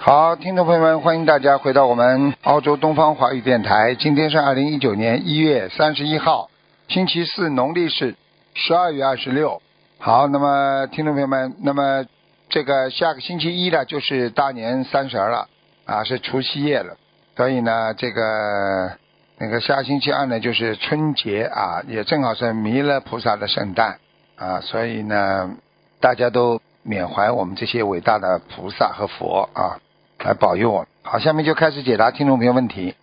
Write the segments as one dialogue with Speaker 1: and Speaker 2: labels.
Speaker 1: 好，听众朋友们，欢迎大家回到我们澳洲东方华语电台。今天是二零一九年一月三十一号，星期四，农历是十二月二十六。好，那么听众朋友们，那么这个下个星期一呢，就是大年三十儿了啊，是除夕夜了。所以呢，这个那个下星期二呢，就是春节啊，也正好是弥勒菩萨的圣诞啊，所以呢，大家都缅怀我们这些伟大的菩萨和佛啊，来保佑我们。好，下面就开始解答听众朋友问题。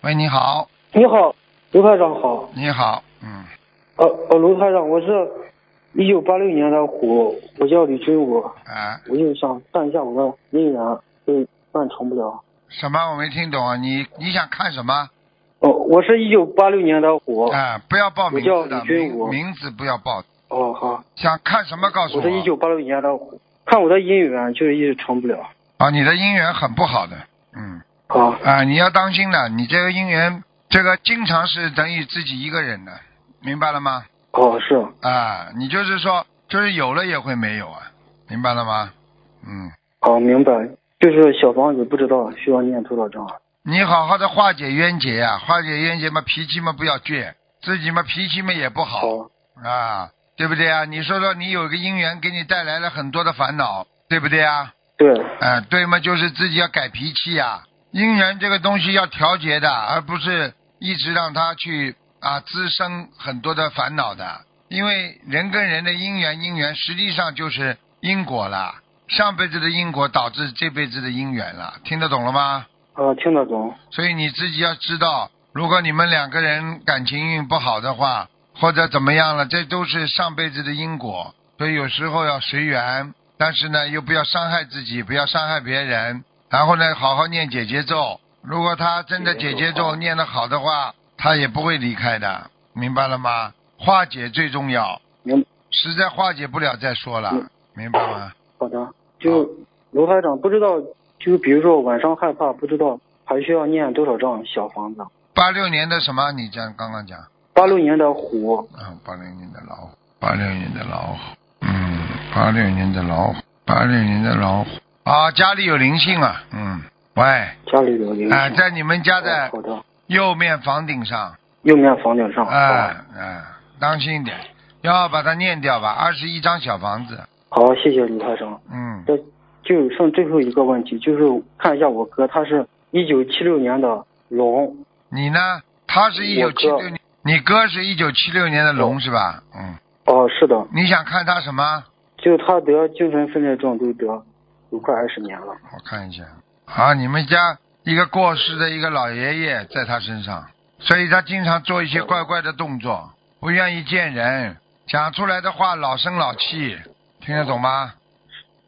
Speaker 1: 喂，你好，
Speaker 2: 你好，卢台长好。
Speaker 1: 你好，嗯，
Speaker 2: 呃呃，卢台长，我是一九八六年的虎，我叫李军武，
Speaker 1: 啊，
Speaker 2: 我就想看一下我的姻缘，就办成不了。
Speaker 1: 什么？我没听懂啊，你你想看什么？
Speaker 2: 哦，我是一九八六年的虎。
Speaker 1: 啊，不要报名字
Speaker 2: 哦我叫
Speaker 1: 的，
Speaker 2: 李军
Speaker 1: 名
Speaker 2: 武
Speaker 1: 名字不要报。
Speaker 2: 哦，好，
Speaker 1: 想看什么告诉
Speaker 2: 我
Speaker 1: 我。
Speaker 2: 是一九八六年的虎，看我的姻缘就是一直成不了。
Speaker 1: 啊，你的姻缘很不好的，嗯。
Speaker 2: 啊，
Speaker 1: 啊，你要当心了，你这个姻缘，这个经常是等于自己一个人的，明白了吗？
Speaker 2: 哦，是，
Speaker 1: 啊，你就是说，就是有了也会没有啊，明白了吗？嗯，
Speaker 2: 哦，明白，就是小房子不知道需要念多少张。
Speaker 1: 你好好的化解冤结啊，化解冤结嘛，脾气嘛不要倔，自己嘛脾气嘛也不好
Speaker 2: 好，
Speaker 1: 啊，对不对啊？你说说，你有一个姻缘给你带来了很多的烦恼，对不对啊？
Speaker 2: 对，
Speaker 1: 啊，对嘛，就是自己要改脾气呀、姻缘这个东西要调节的，而不是一直让他去啊滋生很多的烦恼的。因为人跟人的姻缘，姻缘实际上就是因果啦，上辈子的因果导致这辈子的姻缘了，听得懂了吗？
Speaker 2: 啊，听得懂。
Speaker 1: 所以你自己要知道，如果你们两个人感情运不好的话，或者怎么样了，这都是上辈子的因果。所以有时候要随缘，但是呢，又不要伤害自己，不要伤害别人。然后呢，好好念姐姐咒。如果他真的姐姐咒念得好的话，他也不会离开的，明白了吗？化解最重要，
Speaker 2: 明，
Speaker 1: 实在化解不了再说了
Speaker 2: 嗯，
Speaker 1: 明白吗？
Speaker 2: 好的。就卢台长不知道，就比如说晚上害怕，不知道还需要念多少张小房子。
Speaker 1: 八六年的什么？你讲刚刚讲。
Speaker 2: 八六年的虎，
Speaker 1: 嗯，八六年的老虎，嗯八六年的老虎，嗯，八六年的老虎，八六年的老虎啊，家里有灵性啊，嗯，喂，啊、
Speaker 2: 家里有灵性。
Speaker 1: 在你们家的
Speaker 2: 好的，
Speaker 1: 右面房顶上，
Speaker 2: 右面房顶上。
Speaker 1: 啊啊、当心一点，要把它念掉吧，二十一张小房子，
Speaker 2: 好，好，谢谢卢台长。
Speaker 1: 嗯，
Speaker 2: 这就剩最后一个问题，就是看一下我哥，他是一九七六年的龙，
Speaker 1: 你呢？他是一九
Speaker 2: 我
Speaker 1: 七六
Speaker 2: 哥
Speaker 1: 年，你哥是一九七六年的龙是吧？嗯，
Speaker 2: 哦，是的，
Speaker 1: 你想看他什么？
Speaker 2: 就他得精神分裂症，都得有快二十年了。
Speaker 1: 我看一下啊，你们家一个过世的一个老爷爷在他身上，所以他经常做一些怪怪的动作，不愿意见人，讲出来的话老生老气，听得懂吗？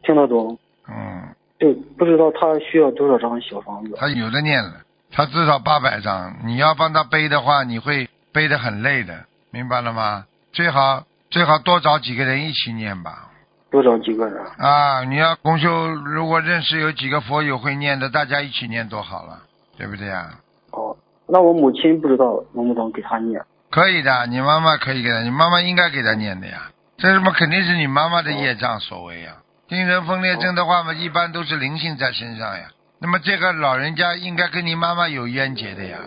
Speaker 2: 听得懂？
Speaker 1: 嗯，
Speaker 2: 就不知道他需要多少张小房子。
Speaker 1: 他有的念了，他至少八百张，你要帮他背的话，你会背得很累的，明白了吗？最好最好多找几个人一起念吧。
Speaker 2: 多找几个人？
Speaker 1: 啊，你要公修，如果认识有几个佛友会念的，大家一起念多好了，对不对啊？
Speaker 2: 哦，那我母亲不知道能不能给他念。
Speaker 1: 可以的，你妈妈可以给他，你妈妈应该给他念的呀。这什么肯定是你妈妈的业障所为呀。精神分裂症的话嘛，一般都是灵性在身上呀。那么这个老人家应该跟你妈妈有冤结的呀，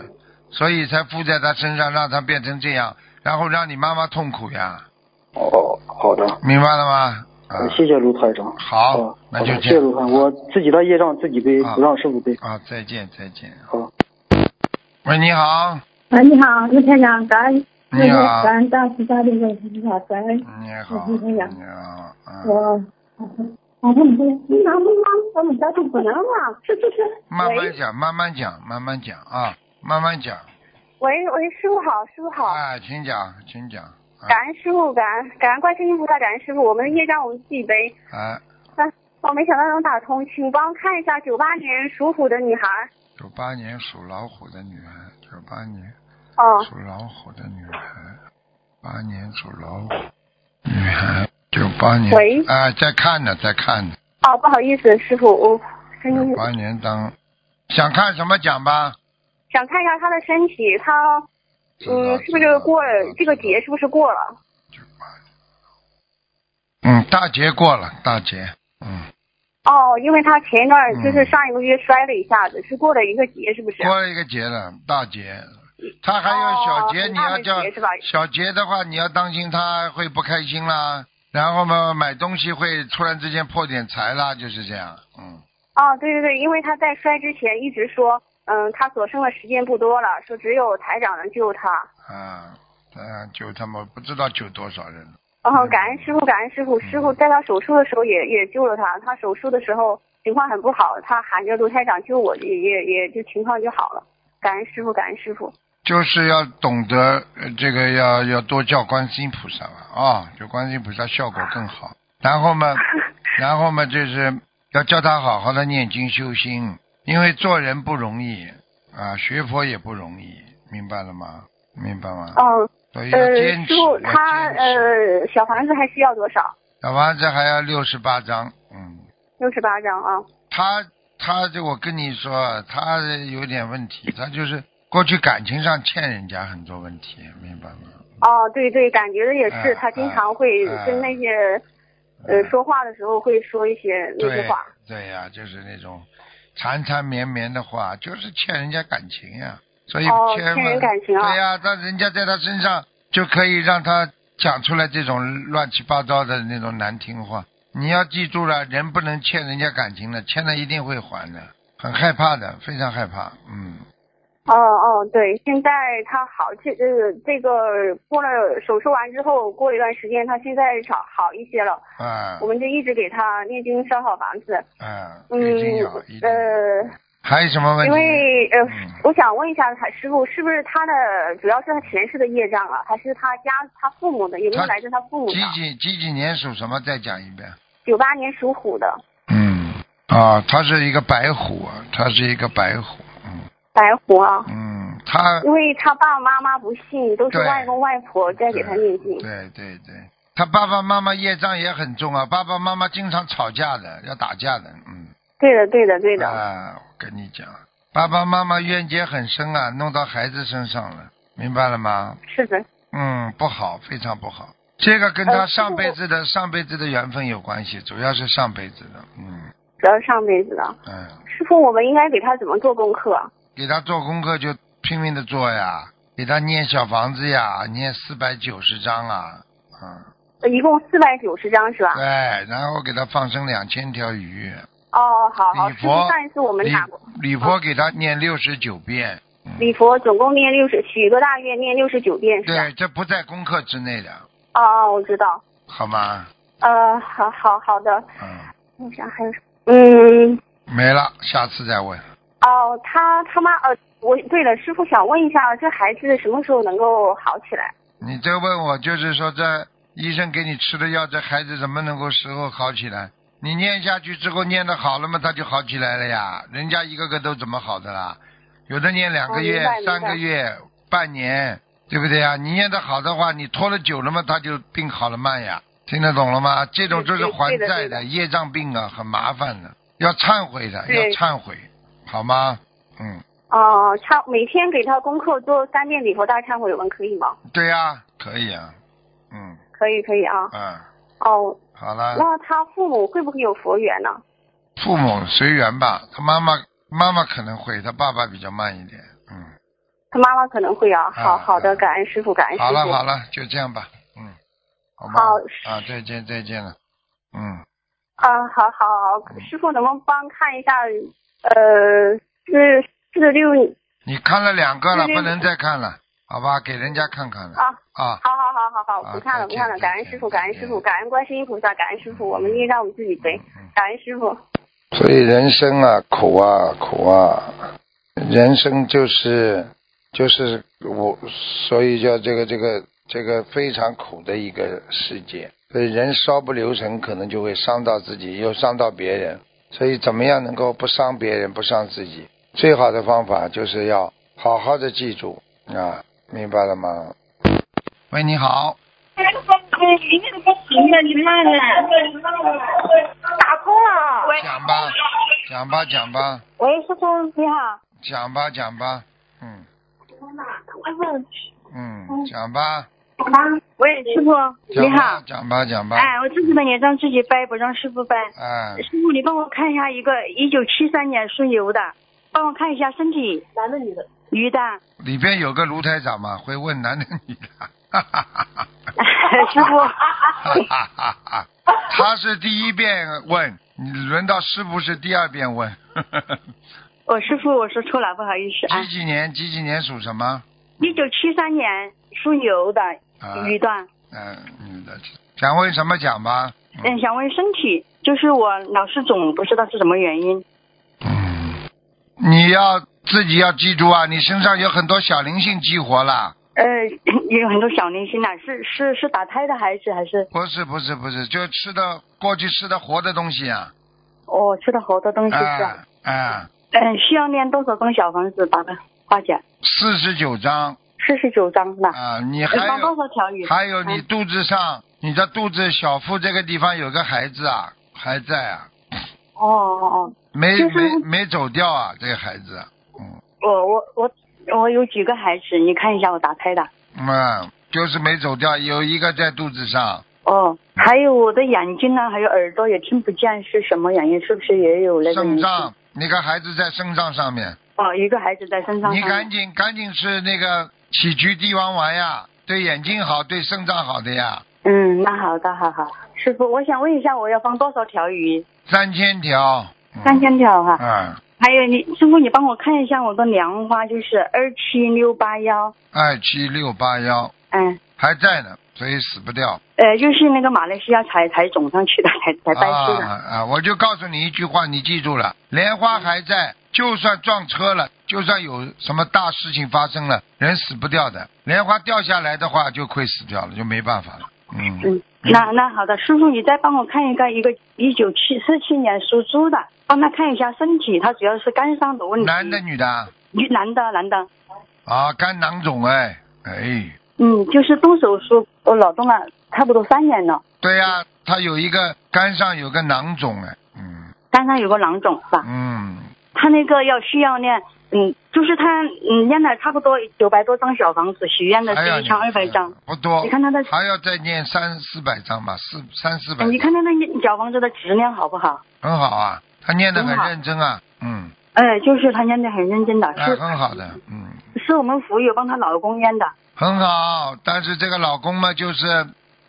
Speaker 1: 所以才附在他身上，让他变成这样，然后让你妈妈痛苦呀，
Speaker 2: 哦，好的，
Speaker 1: 明白了吗？啊，
Speaker 2: 谢谢卢台长。啊
Speaker 1: 好，那就
Speaker 2: 好的
Speaker 1: 这
Speaker 2: 谢谢卢
Speaker 1: 样
Speaker 2: 台长，我自己的业障自己背，
Speaker 1: 啊
Speaker 2: 不让师傅背。
Speaker 1: 啊，再见再见。
Speaker 2: 好，
Speaker 1: 喂，你好，
Speaker 3: 啊，你好，卢台长，感恩，
Speaker 1: 你好
Speaker 3: 感恩大慈大悲的菩萨，感恩
Speaker 1: 你好，
Speaker 3: 我是
Speaker 1: 你
Speaker 3: 台长
Speaker 1: 好，啊，
Speaker 3: 我。我问你，你哪不忙？我们家都不能啊！是是是，
Speaker 1: 慢慢讲，慢慢讲，慢慢讲啊，慢慢讲。
Speaker 4: 喂喂，师傅好，师傅好，
Speaker 1: 哎，请讲，请讲。啊
Speaker 4: 感恩师傅，感恩感恩观世音菩萨，感恩师傅，我们的业障我们自己背。
Speaker 1: 哎，
Speaker 4: 我、哦没想到能打通，请帮看一下九八年属虎的女孩。
Speaker 1: 九八年属老虎的女孩，九八年
Speaker 4: 哦，
Speaker 1: 属老虎的女孩，八年属老虎女孩，九八年。
Speaker 4: 喂
Speaker 1: 哎，在看呢，在看呢。
Speaker 4: 哦，不好意思，师傅，我声音
Speaker 1: 九八年当，想看什么讲吧？
Speaker 4: 想看一下她的身体，她
Speaker 1: 知道
Speaker 4: 嗯，是不
Speaker 1: 知道
Speaker 4: 是过了
Speaker 1: 知道
Speaker 4: 这个节？是不是过了？
Speaker 1: 九八年。嗯，大节过了，大节。嗯，
Speaker 4: 哦，因为他前一段就是上一个月摔了一下子，是过了一个节，是不是？
Speaker 1: 嗯过了一个节了，大节。他还有小节，
Speaker 4: 哦
Speaker 1: 你要叫
Speaker 4: 大节是吧
Speaker 1: 小节的话，你要当心他会不开心啦。然后嘛，买东西会突然之间破点财啦，就是这样。嗯，
Speaker 4: 哦，对对对，因为他在摔之前一直说，嗯，他所剩的时间不多了，说只有台长能救他。
Speaker 1: 啊，嗯，就他们不知道救多少人了。
Speaker 4: 哦，
Speaker 1: 嗯
Speaker 4: 感恩师傅，感恩师傅，师傅在他手术的时候也也救了他，他手术的时候情况很不好，他喊着卢台长救我，也也也就情况就好了。感恩师傅，感恩师傅。
Speaker 1: 就是要懂得呃这个要要多叫观世音菩萨嘛啊，就观世音菩萨效果更好。然后嘛，然后嘛，就是要叫他好好的念经修心，因为做人不容易啊，学佛也不容易，明白了吗？明白吗？
Speaker 4: 哦，
Speaker 1: 所以要
Speaker 4: 呃，
Speaker 1: 坚
Speaker 4: 师
Speaker 1: 持，
Speaker 4: 傅
Speaker 1: 要
Speaker 4: 他
Speaker 1: 坚持。
Speaker 4: 呃小房子还需要多少？
Speaker 1: 小房子还要六十八章，嗯，
Speaker 4: 六十八张啊。
Speaker 1: 他他这我跟你说，他有点问题，他就是过去感情上欠人家很多问题，明白吗？
Speaker 4: 哦，对对，感觉也是，
Speaker 1: 嗯
Speaker 4: 他经常会
Speaker 1: 嗯
Speaker 4: 跟那些呃
Speaker 1: 嗯
Speaker 4: 说话的时候会说一些那些
Speaker 1: 对
Speaker 4: 话。
Speaker 1: 对呀、就是那种缠缠绵绵的话，就是欠人家感情呀、所以
Speaker 4: 哦
Speaker 1: 千万、
Speaker 4: 欠人感情啊
Speaker 1: 对呀、但人家在他身上就可以让他讲出来这种乱七八糟的那种难听话。你要记住了，人不能欠人家感情的，欠了一定会还的，很害怕的，非常害怕。嗯，
Speaker 4: 哦哦，对，现在他好，这呃这个过了手术完之后，过一段时间，他现在好好一些了。
Speaker 1: 啊
Speaker 4: 我们就一直给他念经烧好房子。
Speaker 1: 啊，
Speaker 4: 嗯
Speaker 1: 一定要，一定要。
Speaker 4: 呃，
Speaker 1: 还有什么问题？
Speaker 4: 因为呃
Speaker 1: 嗯，
Speaker 4: 我想问一下他师傅，是不是他的主要是他前世的业障啊，还是他家他父母的？有没有
Speaker 1: 他
Speaker 4: 来自他父母的
Speaker 1: 几？几几几年属什么？再讲一遍。
Speaker 4: 九八年属虎的
Speaker 1: 嗯，啊，他是一个白虎，啊，他是一个白虎，嗯
Speaker 4: 白虎啊，
Speaker 1: 嗯， 他
Speaker 4: 因为他爸爸妈妈不信，都是
Speaker 1: 对
Speaker 4: 外公外婆在给他念经。
Speaker 1: 对对对，他爸爸妈妈业障也很重啊，爸爸妈妈经常吵架的，要打架的，嗯，
Speaker 4: 对的，对的，对的。
Speaker 1: 啊，我跟你讲，爸爸妈妈冤结很深啊，弄到孩子身上了，明白了吗？
Speaker 4: 是的，
Speaker 1: 嗯，不好，非常不好。这个跟他
Speaker 4: 呃
Speaker 1: 上辈子的、上辈子的缘分有关系，主要是上辈子的，嗯
Speaker 4: 主要是上辈子的。
Speaker 1: 嗯。
Speaker 4: 师傅，我们应该给他怎么做功课？
Speaker 1: 给他做功课就拼命的做呀，给他念小房子呀，念四百九十章啊，嗯，
Speaker 4: 呃一共四百九十张是吧？
Speaker 1: 对，然后给他放生两千条鱼，
Speaker 4: 哦，好好。
Speaker 1: 礼
Speaker 4: 师傅
Speaker 1: 佛
Speaker 4: 上一次我们
Speaker 1: 礼
Speaker 4: 打过嗯
Speaker 1: 礼佛给他念六十九遍，嗯
Speaker 4: 礼佛，总共念六十，许个大愿念六十九遍是吧？
Speaker 1: 对，这不在功课之内的，
Speaker 4: 哦哦，我知道。
Speaker 1: 好吗？
Speaker 4: 呃，好好好的。
Speaker 1: 嗯，
Speaker 4: 我想还有什么？嗯，
Speaker 1: 没了，下次再问。
Speaker 4: 哦，他他妈呃，我对了，师傅想问一下，这孩子什么时候能够好起来？
Speaker 1: 你这问我就是说，这医生给你吃的药，这孩子怎么能够时候好起来？你念下去之后念的好了嘛，他就好起来了呀。人家一个个都怎么好的啦？有的念两个月、
Speaker 4: 哦明白
Speaker 1: 三个月、半年，对不对呀？你念的好的话，你拖了久了嘛，他就病好了慢呀。听得懂了吗？这种就是还
Speaker 4: 对
Speaker 1: 债
Speaker 4: 对的
Speaker 1: 业障病啊，很麻烦的，要忏悔的，要
Speaker 4: 对
Speaker 1: 忏悔，好吗？嗯，
Speaker 4: 哦、他每天给他功课做三遍礼佛大忏悔文可以吗？
Speaker 1: 对呀、可以啊，嗯
Speaker 4: 可以可以啊。
Speaker 1: 啊，
Speaker 4: 哦，
Speaker 1: 好了。
Speaker 4: 那他父母会不会有佛缘呢？
Speaker 1: 父母随缘吧，他妈妈妈妈可能会，他爸爸比较慢一点。嗯，
Speaker 4: 他妈妈可能会啊。好好
Speaker 1: 啊
Speaker 4: 的，感恩师傅，感恩师
Speaker 1: 好了
Speaker 4: 傅。
Speaker 1: 好了，就这样吧。嗯，好吗？
Speaker 4: 好
Speaker 1: 啊，再见再见了。嗯，
Speaker 4: 啊，好好，好师傅能不能帮看一下？呃，是四六
Speaker 1: 你看了两个了，
Speaker 4: 对对
Speaker 1: 不能再看了，好吧？给人家看看了
Speaker 4: 啊，
Speaker 1: 啊。
Speaker 4: 好好好好
Speaker 1: 啊
Speaker 4: 好，不看
Speaker 1: 再
Speaker 4: 了不
Speaker 1: 见
Speaker 4: 看了，感恩师傅，
Speaker 1: 再见嗯
Speaker 4: 感恩
Speaker 1: 再
Speaker 4: 师傅，
Speaker 1: 见
Speaker 4: 感恩观世音菩萨，感恩师傅，我们业障我们自己背，
Speaker 1: 嗯
Speaker 4: 感恩师傅。
Speaker 1: 所以人生啊，苦啊苦啊，人生就是就是我，所以叫这个这个这个非常苦的一个世界。所以人稍不留神，可能就会伤到自己，又伤到别人。所以怎么样能够不伤别人、不伤自己？最好的方法就是要好好的记住啊，明白了吗？喂，你好，
Speaker 5: 行了，你慢了。打通
Speaker 6: 啊
Speaker 5: 了。喂
Speaker 1: 讲吧，讲吧，讲吧，
Speaker 5: 喂，师傅你好。
Speaker 1: 讲吧，讲吧，嗯
Speaker 5: 师傅，
Speaker 1: 嗯，讲吧，
Speaker 3: 啊，
Speaker 7: 喂，师傅
Speaker 1: 讲
Speaker 7: 你
Speaker 1: 吧
Speaker 7: 好，
Speaker 1: 讲吧讲吧，
Speaker 7: 哎，我自己的孽障自己背，不让师傅背。
Speaker 1: 哎，
Speaker 7: 师傅，你帮我看一下一个一九七三年属牛的，帮我看一下身体，
Speaker 3: 哎男的女的？
Speaker 7: 女的。
Speaker 1: 里边有个卢台长嘛，会问男的女的，哈哈哈哈哈
Speaker 7: 师傅，
Speaker 1: 哈哈哈哈， 他是第一遍问，你轮到师傅是第二遍 问，
Speaker 7: 我哦师傅我说错了，不好意思啊
Speaker 1: 几。几年几几年属什么？
Speaker 7: 一九七三年属牛的
Speaker 1: 啊
Speaker 7: 女的，
Speaker 1: 嗯，女的，想问什么讲吧？
Speaker 7: 嗯，想问身体，就是我老是肿，不知道是什么原因。
Speaker 1: 嗯，你要自己要记住啊，你身上有很多小灵性激活了。
Speaker 7: 呃， 也有很多小零星呐、是是是打胎的孩子还是
Speaker 1: 不是不是不是，就吃的过去吃的活的东西啊，
Speaker 7: 哦吃的好多东西是吧？
Speaker 1: 啊啊，
Speaker 7: 嗯、需要念多少张小房子把它化解？
Speaker 1: 四十九张
Speaker 7: 四十九张是吧？呃
Speaker 1: 啊，你还
Speaker 7: 帮多
Speaker 1: 有
Speaker 7: 少条鱼？
Speaker 1: 还有你
Speaker 7: 嗯
Speaker 1: 肚子上，你的肚子小腹这个地方有个孩子啊，还在啊，
Speaker 7: 哦哦
Speaker 1: 没
Speaker 7: 就是
Speaker 1: 没没走掉啊，这个孩子，嗯
Speaker 7: 哦，我我我我有几个孩子？你看一下我打胎的。
Speaker 1: 嗯，就是没走掉，有一个在肚子上，
Speaker 7: 哦，还有我的眼睛呢，还有耳朵也听不见，是什么原因？是不是也有那个
Speaker 1: 肾
Speaker 7: 灵性？
Speaker 1: 脏，那个孩子在肾脏上面，
Speaker 7: 哦，一个孩子在身上。
Speaker 1: 你赶紧赶紧吃那个杞菊地黄丸呀，对眼睛好，对肾脏好的呀，
Speaker 7: 嗯，那好的，好好。师傅，我想问一下，我要放多少条
Speaker 1: 嗯
Speaker 7: 鱼？
Speaker 1: 三千条，嗯
Speaker 7: 三千条哈、
Speaker 1: 嗯，
Speaker 7: 还有你，师傅，你帮我看一下我的莲花，就是二七六八幺，
Speaker 1: 二七六八幺
Speaker 7: 嗯，
Speaker 1: 还在呢，所以死不掉。
Speaker 7: 呃，就是那个马来西亚才才种上去的，才才掰出
Speaker 1: 啊
Speaker 7: 的。
Speaker 1: 啊！我就告诉你一句话，你记住了，莲花还在，就算撞车了，就算有什么大事情发生了，人死不掉的。莲花掉下来的话，就会死掉了，就没办法了。嗯，
Speaker 7: 嗯，那那好的，师傅，你再帮我看一个一个一九七四七年属猪的，帮他看一下身体，他主要是肝上的问题。
Speaker 1: 男的女的啊
Speaker 7: 女男的男的，
Speaker 1: 啊，肝囊肿哎哎，
Speaker 7: 嗯，就是动手术，我脑动了差不多三年了，
Speaker 1: 对呀、他有一个肝上有个囊肿哎，嗯
Speaker 7: 肝上有个囊肿是吧？
Speaker 1: 嗯，
Speaker 7: 他那个要需要念，嗯，就是他嗯念了差不多九百多张小房子，许愿的
Speaker 1: 还要嗯
Speaker 7: 是一千二百张。
Speaker 1: 不多，
Speaker 7: 你看他的
Speaker 1: 还要再念三四百章吧，四三四百
Speaker 7: 嗯
Speaker 1: 章，
Speaker 7: 你看他那小房子的质量好不好？
Speaker 1: 很好啊，他念得很
Speaker 7: 很好
Speaker 1: 认真啊，嗯，
Speaker 7: 哎，就是他念的很认真的，
Speaker 1: 哎，
Speaker 7: 是
Speaker 1: 很好的，嗯，
Speaker 7: 是我们服务员帮她老公念的。
Speaker 1: 很好。但是这个老公嘛，就是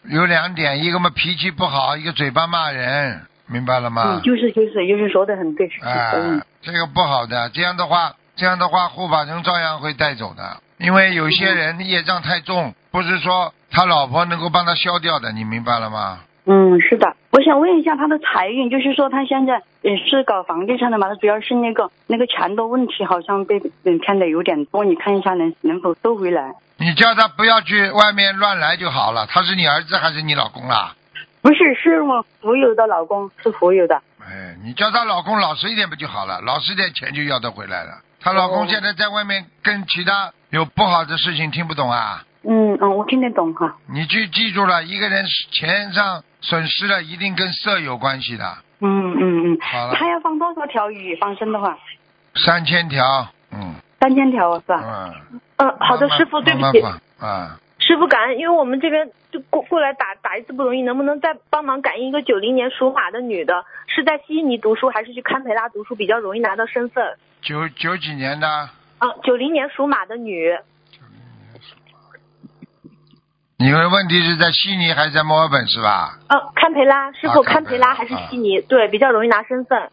Speaker 1: 有两点，一个嘛脾气不好，一个嘴巴骂人，明白了吗
Speaker 7: 嗯，？就是就是就是说的很对，是
Speaker 1: 啊哎、
Speaker 7: 嗯
Speaker 1: 这个不好的，这样的话，这样的话，护法神照样会带走的，因为有些人业障太重，不是说他老婆能够帮他消掉的，你明白了吗？
Speaker 7: 嗯，是的。我想问一下他的财运，就是说他现在也是搞房地产的嘛，他主要是那个那个钱的问题，好像被嗯看的有点多，你看一下能能否收回来？
Speaker 1: 你叫他不要去外面乱来就好了。他是你儿子还是你老公啊啦？
Speaker 7: 不是，是我浮友的老公，是浮友的。
Speaker 1: 哎，你叫她老公老实一点不就好了？老实一点，钱就要得回来了。她老公现在在外面跟其他有不好的事情，听不懂啊？
Speaker 7: 嗯嗯，我听得懂哈。
Speaker 1: 你去记住了，一个人钱上损失了，一定跟色有关系的。
Speaker 7: 嗯嗯嗯，
Speaker 1: 好了，
Speaker 7: 他要放多少条鱼放生的话？
Speaker 1: 三千条，嗯
Speaker 7: 三千条是吧？
Speaker 1: 嗯，
Speaker 6: 嗯，好的，
Speaker 1: 慢慢
Speaker 6: 师傅，对不
Speaker 1: 慢
Speaker 6: 起，
Speaker 1: 慢放啊，
Speaker 6: 师傅感恩，因为我们这边就过过来打打一次不容易，能不能再帮忙感应一个九零年属马的女的，是在悉尼读书还是去堪培拉读书比较容易拿到身份？
Speaker 1: 九九几年的，
Speaker 6: 嗯，九零年属马的女，
Speaker 1: 你的问题是在悉尼还是在墨尔本是吧？
Speaker 6: 嗯，堪培拉，师
Speaker 1: 啊
Speaker 6: 傅，
Speaker 1: 堪
Speaker 6: 堪
Speaker 1: 培
Speaker 6: 培
Speaker 1: 拉
Speaker 6: 拉还是悉尼？对，比较容易拿身份。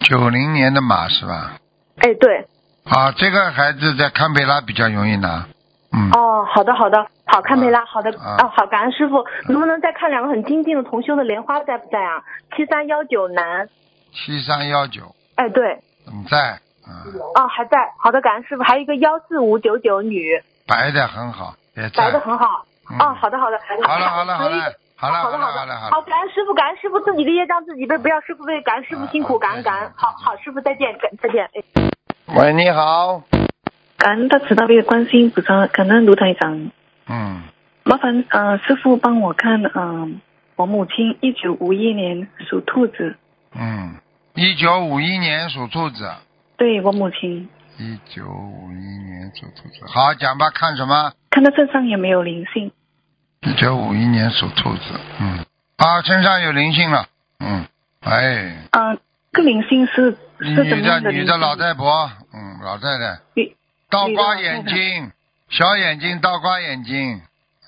Speaker 1: 九零年的马是吧？
Speaker 6: 哎，对，
Speaker 1: 啊，这个孩子在堪培拉比较容易拿，嗯，
Speaker 6: 哦，好的，好的，好，堪培拉，好的，
Speaker 1: 啊
Speaker 6: 哦，好，感恩师傅，能不能再看两个很精进的同修的莲花在不在啊？七三幺九男，
Speaker 1: 七三幺九，
Speaker 6: 哎，对，
Speaker 1: 你在，嗯。
Speaker 6: 哦，还在，好的，感恩师傅，还有一个幺四五九九女，
Speaker 1: 白的很好，也在
Speaker 6: 白的很好。
Speaker 1: 嗯
Speaker 6: 哦，好的好的，
Speaker 1: 好了好了好
Speaker 6: 还有一
Speaker 1: 了
Speaker 6: 个
Speaker 1: 好了好
Speaker 6: 好的好
Speaker 1: 了好了
Speaker 6: 的，
Speaker 1: 好
Speaker 6: 好
Speaker 1: 了
Speaker 6: 感恩师傅，感恩师傅自己的业障自己背，不要师傅背，感恩师傅辛
Speaker 1: 啊啊
Speaker 6: 苦，感恩感恩，好好师傅再见，感再见。哎
Speaker 1: 喂，你好。
Speaker 8: 感恩大慈大悲的观世音菩萨，感恩卢台长。
Speaker 1: 嗯，
Speaker 8: 麻烦呃师傅帮我看，嗯、我母亲一九五一年属兔子，
Speaker 1: 嗯，一九五一年属兔子，
Speaker 8: 对我母亲，
Speaker 1: 一九五一年属兔子。好，讲吧，看什么？
Speaker 8: 看她身上有没有灵性？
Speaker 1: 一九五一年属兔子，嗯，啊，身上有灵性了，嗯，哎，
Speaker 8: 嗯、这个灵性是是怎
Speaker 1: 女
Speaker 8: 么样
Speaker 1: 女
Speaker 8: 灵
Speaker 1: 的
Speaker 8: 性？
Speaker 1: 老太婆，嗯，老太太，
Speaker 8: 女
Speaker 1: 倒挂
Speaker 8: 女的老
Speaker 1: 眼
Speaker 8: 太太
Speaker 1: 睛，小眼睛倒挂眼睛，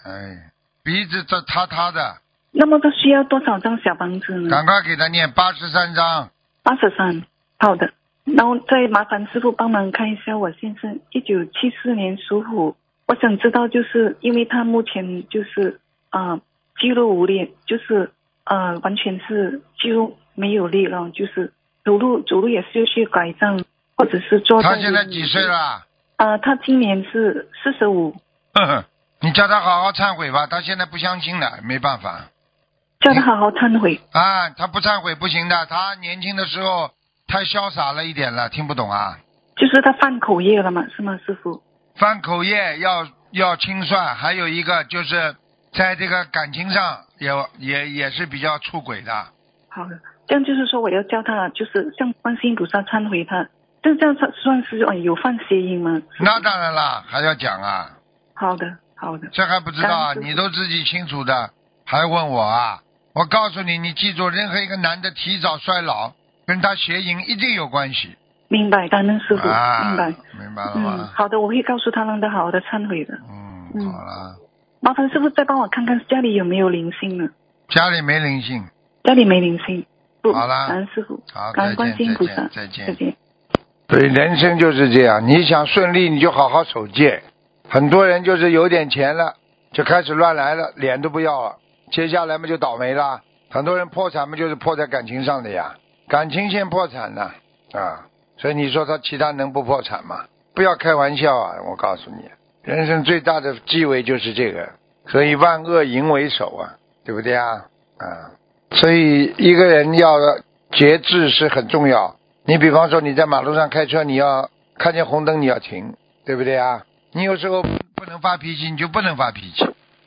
Speaker 1: 哎，鼻子这塌塌的，
Speaker 8: 那么他需要多少张小房子呢？
Speaker 1: 赶快给他念八十三章，
Speaker 8: 八十三，好的。然后再麻烦师傅帮忙看一下我先生，一九七四年属虎。我想知道，就是因为他目前就是啊、呃肌肉无力，就是呃完全是肌肉没有力了，就是走路走路也是要去拐杖，或者是坐。
Speaker 1: 他现在几岁？了？
Speaker 8: 呃，他今年是四十五，
Speaker 1: 呵呵， 你叫他好好忏悔吧，他现在不相信了，没办法
Speaker 8: 叫他好好忏悔。
Speaker 1: 啊，他不忏悔不行的，他年轻的时候太潇洒了一点了，听不懂啊，
Speaker 8: 就是他犯口业了嘛，是吗，师傅？
Speaker 1: 犯口业要要清算，还有一个就是在这个感情上也也也是比较出轨的，
Speaker 8: 好的，这样就是说我要叫他，就是向观世音菩萨忏悔他，这这样算算是哎有犯邪淫吗？
Speaker 1: 那当然啦，还要讲啊，
Speaker 8: 好的，好的，
Speaker 1: 这还不知道啊，
Speaker 8: 当然是
Speaker 1: 你都自己清楚的，还问我啊？我告诉你，你记住，任何一个男的提早衰老，跟他邪淫一定有关系
Speaker 8: 明白，感恩师傅，
Speaker 1: 啊，
Speaker 8: 明白。
Speaker 1: 明白了
Speaker 8: 嗯，
Speaker 1: 吗？
Speaker 8: 好的，我会告诉他，让他好好的忏悔的。
Speaker 1: 嗯，
Speaker 8: 嗯
Speaker 1: 好了，
Speaker 8: 麻烦师傅再帮我看看家里有没有灵性呢？
Speaker 1: 家里没灵性，
Speaker 8: 家里没灵性。不
Speaker 1: 好啦
Speaker 8: 感恩师傅，
Speaker 1: 好，
Speaker 8: 感
Speaker 1: 再
Speaker 8: 恩观世音
Speaker 1: 见，
Speaker 8: 菩
Speaker 1: 再
Speaker 8: 萨
Speaker 1: 见，，再见
Speaker 8: 再。见。
Speaker 1: 对，人生就是这样，你想顺利，你就好好守戒。很多人就是有点钱了，就开始乱来了，脸都不要了，接下来嘛就倒霉了。很多人破产嘛，就是破在感情上的呀，感情先破产了啊。所以你说他其他能不破产吗？不要开玩笑啊！我告诉你，人生最大的忌讳就是这个，所以万恶淫为首啊，对不对啊？啊，所以一个人要节制是很重要。你比方说你在马路上开车，你要看见红灯你要停，对不对啊？你有时候不能发脾气，你就不能发脾气。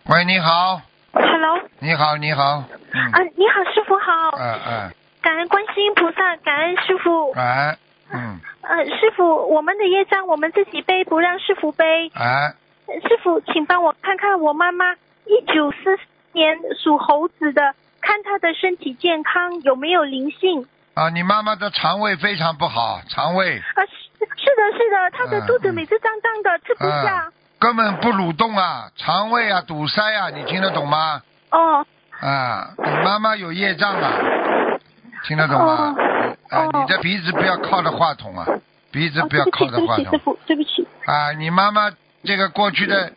Speaker 1: 喂，你好，
Speaker 9: Hello，
Speaker 1: 你好，你好，嗯，
Speaker 9: 啊，你好，师傅好，
Speaker 1: 哎哎
Speaker 9: 感恩观世音菩萨，感恩师傅。
Speaker 1: 哎，嗯，
Speaker 9: 呃，师傅，我们的业障我们自己背，不让师傅背。
Speaker 1: 哎，
Speaker 9: 师傅，请帮我看看我妈妈，一九四年属猴子的，看她的身体健康有没有灵性。
Speaker 1: 啊，你妈妈的肠胃非常不好，肠胃
Speaker 9: 啊，是是的，是的，她的
Speaker 1: 嗯
Speaker 9: 肚子每次胀胀的，吃不
Speaker 1: 啊
Speaker 9: 下。
Speaker 1: 根本不蠕动啊，肠胃啊堵塞啊，你听得懂吗？
Speaker 9: 哦
Speaker 1: 啊，你妈妈有业障啊，听得懂吗
Speaker 9: 哦？
Speaker 1: 啊，
Speaker 9: 哦
Speaker 1: 你的鼻子不要靠着话筒啊，鼻子
Speaker 9: 哦，
Speaker 1: 不要
Speaker 9: 对不
Speaker 1: 靠着
Speaker 9: 起，对不
Speaker 1: 话
Speaker 9: 起，
Speaker 1: 筒
Speaker 9: 师。傅，对不起。
Speaker 1: 啊，你妈妈这个过去的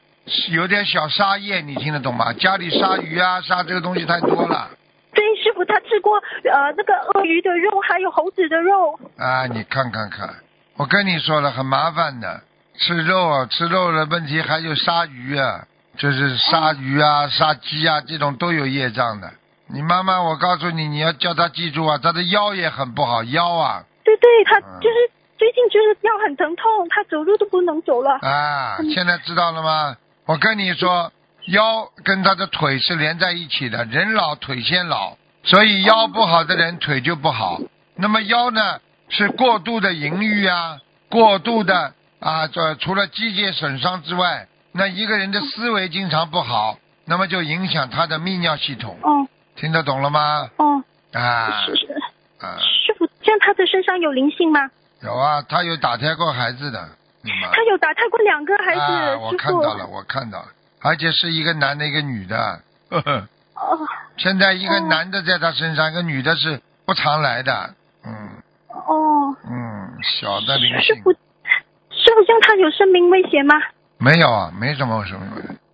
Speaker 1: 有点小杀业，你听得懂吗？家里杀鱼啊，杀这个东西太多了
Speaker 9: 对，师傅，她吃过呃那个鳄鱼的肉，还有猴子的肉。
Speaker 1: 啊！你看看看，我跟你说了，很麻烦的，吃肉啊，吃肉的问题，还有杀鱼啊，就是杀鱼啊、杀鸡啊这种都有业障的。你妈妈，我告诉你，你要叫她记住啊，她的腰也很不好，腰啊
Speaker 9: 对对，他
Speaker 1: 嗯
Speaker 9: 就是、最近就是腰很疼痛，他走路都不能走 了。
Speaker 1: 啊，现在知道了吗？我跟你说，腰跟他的腿是连在一起的，人老腿先老，所以腰不好的人腿就不好。那么腰呢，是过度的淫欲啊，过度的啊，这除了机械损伤之外，那一个人的思维经常不好，那么就影响他的泌尿系统。
Speaker 9: 哦
Speaker 1: 听得懂了吗？
Speaker 9: 哦，
Speaker 1: 啊
Speaker 9: 是是
Speaker 1: 啊，
Speaker 9: 师傅，这样他的身上有灵性吗？
Speaker 1: 有啊，他有打胎过孩子的，你妈。
Speaker 9: 他有打胎过两个孩子，
Speaker 1: 啊，我
Speaker 9: 师
Speaker 1: 看
Speaker 9: 傅。
Speaker 1: 到了，我看到了，而且是一个男的，一个女的。呵呵
Speaker 9: 哦
Speaker 1: 现在一个男的在他身上，一个女的是不常来的。嗯
Speaker 9: 哦，
Speaker 1: 嗯，小的灵
Speaker 9: 师
Speaker 1: 性
Speaker 9: 傅，师傅，这样他有生命危险吗？
Speaker 1: 没有啊，没什么什么。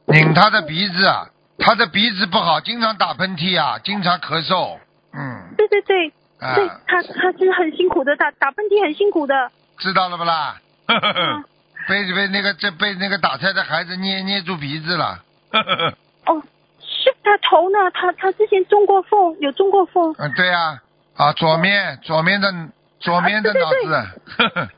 Speaker 1: 拧他的鼻子啊，他的鼻子不好，经常打喷嚏啊，经常咳嗽。嗯
Speaker 9: 对对对，对
Speaker 1: 啊，
Speaker 9: 他他是很辛苦的，打打喷嚏很辛苦的。
Speaker 1: 知道了不啦？ 呵呵呵
Speaker 9: 啊
Speaker 1: 被被那个这被那个打胎的孩子捏捏住鼻子了。 呵呵呵
Speaker 9: 哦，师傅，他头呢？他他之前中过风，有中过风。
Speaker 1: 嗯，对啊，啊，左面左面的左面的
Speaker 9: 哦啊对
Speaker 1: 脑
Speaker 9: 对
Speaker 1: 子。呵呵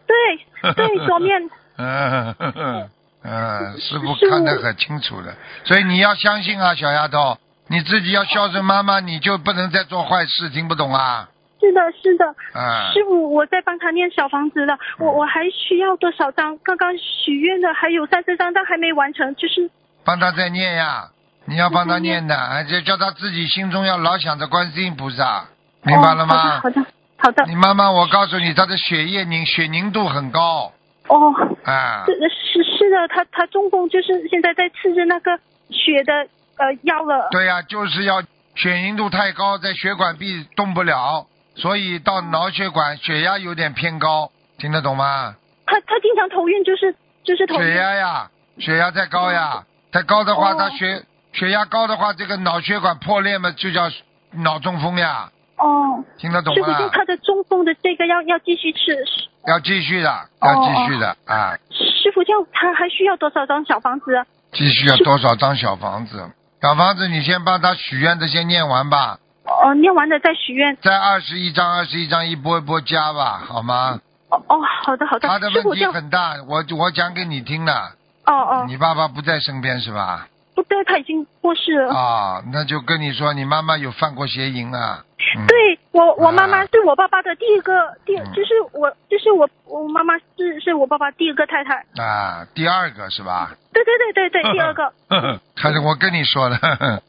Speaker 9: 对对，左面。
Speaker 1: 嗯，呵呵嗯，师傅
Speaker 9: 师傅
Speaker 1: 看得很清楚的，所以你要相信啊，小丫头，你自己要孝顺妈妈，你就不能再做坏事，听不懂啊？
Speaker 9: 是的，是的。
Speaker 1: 啊、
Speaker 9: 师傅，我在帮他念小房子了，
Speaker 1: 嗯
Speaker 9: 我我还需要多少张？刚刚许愿的还有三十三张还没完成，就是
Speaker 1: 帮他再念呀，你要帮他念的，哎就叫他自己心中要老想着观世音菩萨，明白了吗？
Speaker 9: 哦好的，好的，好的
Speaker 1: 你妈妈，我告诉你，她的血液凝血凝度很高
Speaker 9: 哦，
Speaker 1: 啊
Speaker 9: 是，的是是的，他他中共就是现在在吃着那个血的呃药了，
Speaker 1: 对呀、就是要血凝度太高，在血管壁动不了，所以到脑血管血压有点偏高，听得懂吗？
Speaker 9: 他他经常头晕，就是就是头
Speaker 1: 血
Speaker 9: 晕，
Speaker 1: 压呀，血压再高呀，再高的话，
Speaker 9: 哦
Speaker 1: 他血血压高的话，这个脑血管破裂嘛，就叫脑中风呀，
Speaker 9: 哦，
Speaker 1: 听得懂
Speaker 9: 师傅
Speaker 1: 吗
Speaker 9: 就？他的中风的这个要要继续吃，师
Speaker 1: 要继续的，要继续
Speaker 9: 哦
Speaker 1: 的啊，
Speaker 9: 师傅这样他还需要多少张小房子啊？
Speaker 1: 继续要多少张小房子？小房子你先帮他许愿的先念完吧，
Speaker 9: 哦，念完了再许愿。
Speaker 1: 再二十一张，二十一张一波一波加吧，好吗？
Speaker 9: 哦哦，好的好的
Speaker 1: 他的，
Speaker 9: 师傅
Speaker 1: 问
Speaker 9: 这
Speaker 1: 题
Speaker 9: 样，
Speaker 1: 很嗯大，我我讲给你听了，
Speaker 9: 哦哦，
Speaker 1: 你爸爸不在身边是吧？
Speaker 9: 不对，他已经过世了。
Speaker 1: 啊，那就跟你说，你妈妈有犯过邪淫啊。嗯、
Speaker 9: 对我，我妈
Speaker 1: 啊
Speaker 9: 妈是我爸爸的第一个，第
Speaker 1: 嗯
Speaker 9: 就是我，就是我，我妈妈是是我爸爸第一个太太。
Speaker 1: 啊，第二个是吧？
Speaker 9: 对对对
Speaker 1: 嗯
Speaker 9: 对对，第二个。
Speaker 1: 还是我跟你说了，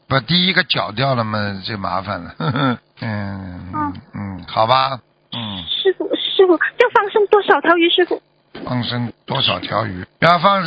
Speaker 1: 把第一个绞掉了嘛，就麻烦了。嗯
Speaker 9: 嗯
Speaker 1: 嗯，好吧，嗯，
Speaker 9: 师傅，师傅要放生多少条鱼？师傅，
Speaker 1: 放生多少条鱼？要放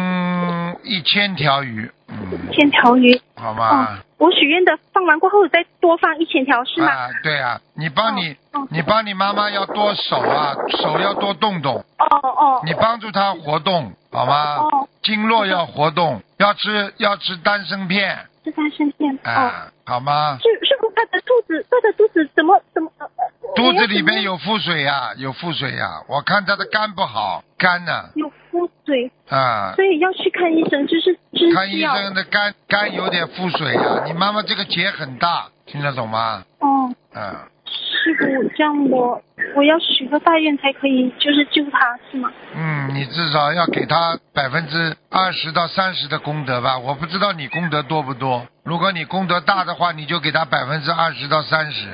Speaker 1: 生一千条鱼，嗯，
Speaker 9: 千条鱼。
Speaker 1: 好吧？
Speaker 9: 我许愿的放完过后再多放一千条，是吗？
Speaker 1: 啊，对啊，你帮你，
Speaker 9: 哦
Speaker 1: 你帮你妈妈要多手啊，手要多动动，
Speaker 9: 哦哦
Speaker 1: 你帮助她活动，好吗？
Speaker 9: 哦，
Speaker 1: 经络要活动，要吃要吃丹参片
Speaker 9: 这三生片。哦，
Speaker 1: 啊，好吗？
Speaker 9: 师师傅，他的肚子，他的肚子怎么怎么？呃呃
Speaker 1: 肚子里面
Speaker 9: 我要
Speaker 1: 有腹水呀、有腹水呀、我看他的肝不好，肝呢
Speaker 9: 怎么有腹水，
Speaker 1: 啊，
Speaker 9: 所以要去看医生，就是吃
Speaker 1: 看医
Speaker 9: 药。
Speaker 1: 生的肝肝有点腹水呀、你妈妈这个结很大，听得懂吗？
Speaker 9: 哦。
Speaker 1: 啊，
Speaker 9: 师傅，这样我我要许个大愿才可以，就是救他，是吗？
Speaker 1: 嗯，你至少要给他百分之二十到三十的功德吧，我不知道你功德多不多。如果你功德大的话，你就给他百分之二十到三十，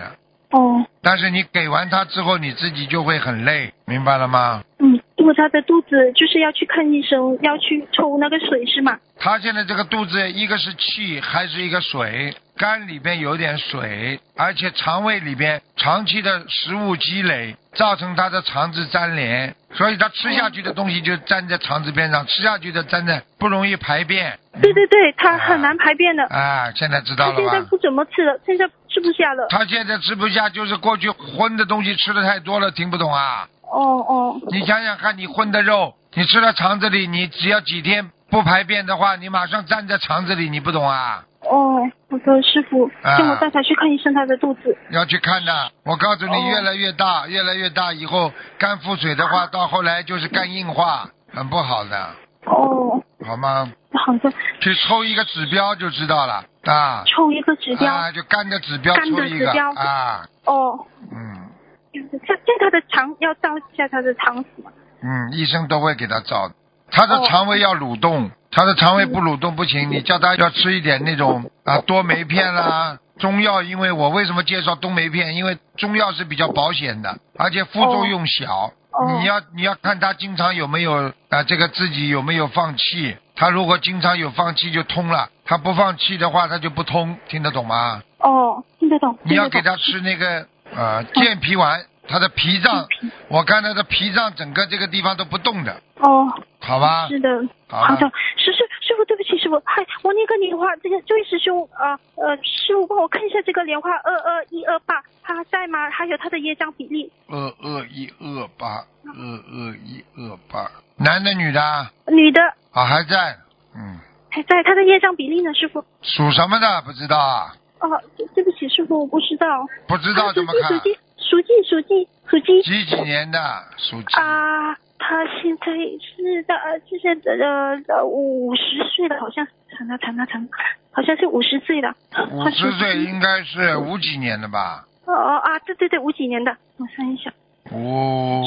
Speaker 9: 哦，
Speaker 1: 但是你给完他之后，你自己就会很累，明白了吗？
Speaker 9: 嗯，如果他的肚子就是要去看医生，要去抽那个水是吗？
Speaker 1: 他现在这个肚子，一个是气，还是一个水，肝里边有点水，而且肠胃里边长期的食物积累，造成他的肠子粘连，所以他吃下去的东西就粘在肠子边上，吃下去的粘在不容易排便。
Speaker 9: 对对对，他很难排便 的，
Speaker 1: 啊，现在嗯啊知道
Speaker 9: 他
Speaker 1: 了
Speaker 9: 现在
Speaker 1: 吧？
Speaker 9: 不怎么吃了，现在吃不下了。
Speaker 1: 他现在吃不下，就是过去荤的东西吃的太多了，听不懂啊？
Speaker 9: 哦哦，
Speaker 1: 你想想看，你荤的肉，你吃到肠子里，你只要几天不排便的话，你马上粘在肠子里，你不懂啊？
Speaker 9: 哦，我的师傅，
Speaker 1: 啊
Speaker 9: 叫我带他去看医生，他的肚子。
Speaker 1: 要去看的。我告诉你，
Speaker 9: 哦
Speaker 1: 越来越大，越来越大，以后肝腹水的话，到后来就是肝硬化，很不好的，
Speaker 9: 哦，
Speaker 1: 好吗？
Speaker 9: 好的，
Speaker 1: 去抽一个指标就知道了啊。
Speaker 9: 抽一个指标。
Speaker 1: 啊，就肝的指标
Speaker 9: 肝的
Speaker 1: 抽一个
Speaker 9: 指标
Speaker 1: 啊，
Speaker 9: 哦，
Speaker 1: 嗯
Speaker 9: 像像他的肠要照一下他的肠子嘛。
Speaker 1: 嗯，医生都会给他照的。他的
Speaker 9: 哦嗯
Speaker 1: 肠胃要蠕动，他的肠胃不蠕动不行，你叫他要吃一点那种啊多酶片啦。中药，因为我为什么介绍东酶片？因为中药是比较保险的，而且副作用小。
Speaker 9: 哦
Speaker 1: 你要你要看他经常有没有啊、这个自己有没有放气。他如果经常有放气就通了，他不放气的话他就不通，听得懂吗？
Speaker 9: 哦，听得懂。
Speaker 1: 你要给
Speaker 9: 听得懂
Speaker 1: 他吃那个呃健脾丸，他的脾脏，我看他的脾脏整个这个地方都不动的，
Speaker 9: 哦，
Speaker 1: 好吧？
Speaker 9: 是的，
Speaker 1: 好了
Speaker 9: 的，师师师傅，对不起，师傅，嗨，我那个莲花，这个这位师兄，呃呃，师傅帮我看一下这个莲花二二一二八，他还在吗？还有他的业障比例，
Speaker 1: 二二一二八，二二一二八，男的女的啊？
Speaker 9: 女的
Speaker 1: 啊还在，嗯，
Speaker 9: 还在，他的业障比例呢，师傅？
Speaker 1: 属什么的不知道啊？
Speaker 9: 哦、对对不起，师傅，我不知道。
Speaker 1: 不知道
Speaker 9: 啊属
Speaker 1: 怎么看？
Speaker 9: 鸡属鸡属鸡属鸡属鸡
Speaker 1: 几几年的？属鸡。
Speaker 9: 啊，他现在是的，呃现在呃呃五十岁了，好像长啊长啊长，好像是五十岁了。
Speaker 1: 五
Speaker 9: 他属
Speaker 1: 十岁
Speaker 9: 鸡
Speaker 1: 应该是五几年的吧？
Speaker 9: 哦哦啊，对对对，五几年的，我算一下，
Speaker 1: 五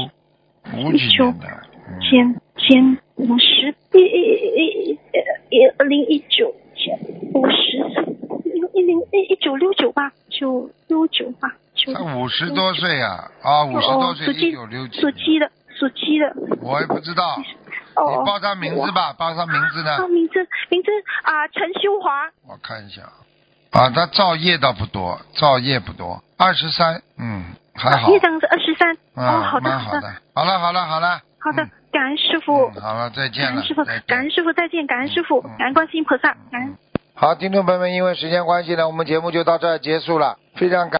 Speaker 1: 五几年的？嗯
Speaker 9: 千千五十一一一一一二零一九千五十六一零一一九六九吧，九六九吧，九
Speaker 1: 他五十多岁啊，啊，五十多
Speaker 9: 哦，
Speaker 1: 岁，
Speaker 9: 属
Speaker 1: 一
Speaker 9: 鸡
Speaker 1: 九六几
Speaker 9: 属
Speaker 1: 年，
Speaker 9: 鸡的属鸡的，
Speaker 1: 我也不知道，
Speaker 9: 哦，
Speaker 1: 你报他名字吧，报他名字呢，
Speaker 9: 啊，名字名字啊，陈修华，
Speaker 1: 我看一下。啊，他造业倒不多，造业不多，二十三，嗯，还好
Speaker 9: 业，障是二十三。哦，
Speaker 1: 啊，
Speaker 9: 好的
Speaker 1: 蛮好
Speaker 9: 好的
Speaker 1: 的。好了，好了，好了。
Speaker 9: 好的
Speaker 1: 嗯，
Speaker 9: 感恩师傅
Speaker 1: 嗯，好了，再见
Speaker 9: 感
Speaker 1: 了
Speaker 9: 恩师傅，，
Speaker 1: 再见
Speaker 9: 感恩师傅再见，感恩师傅，
Speaker 1: 嗯
Speaker 9: 感恩观世音菩萨，感恩。
Speaker 1: 好，听众朋友们，因为时间关系呢，我们节目就到这儿结束了，非常感。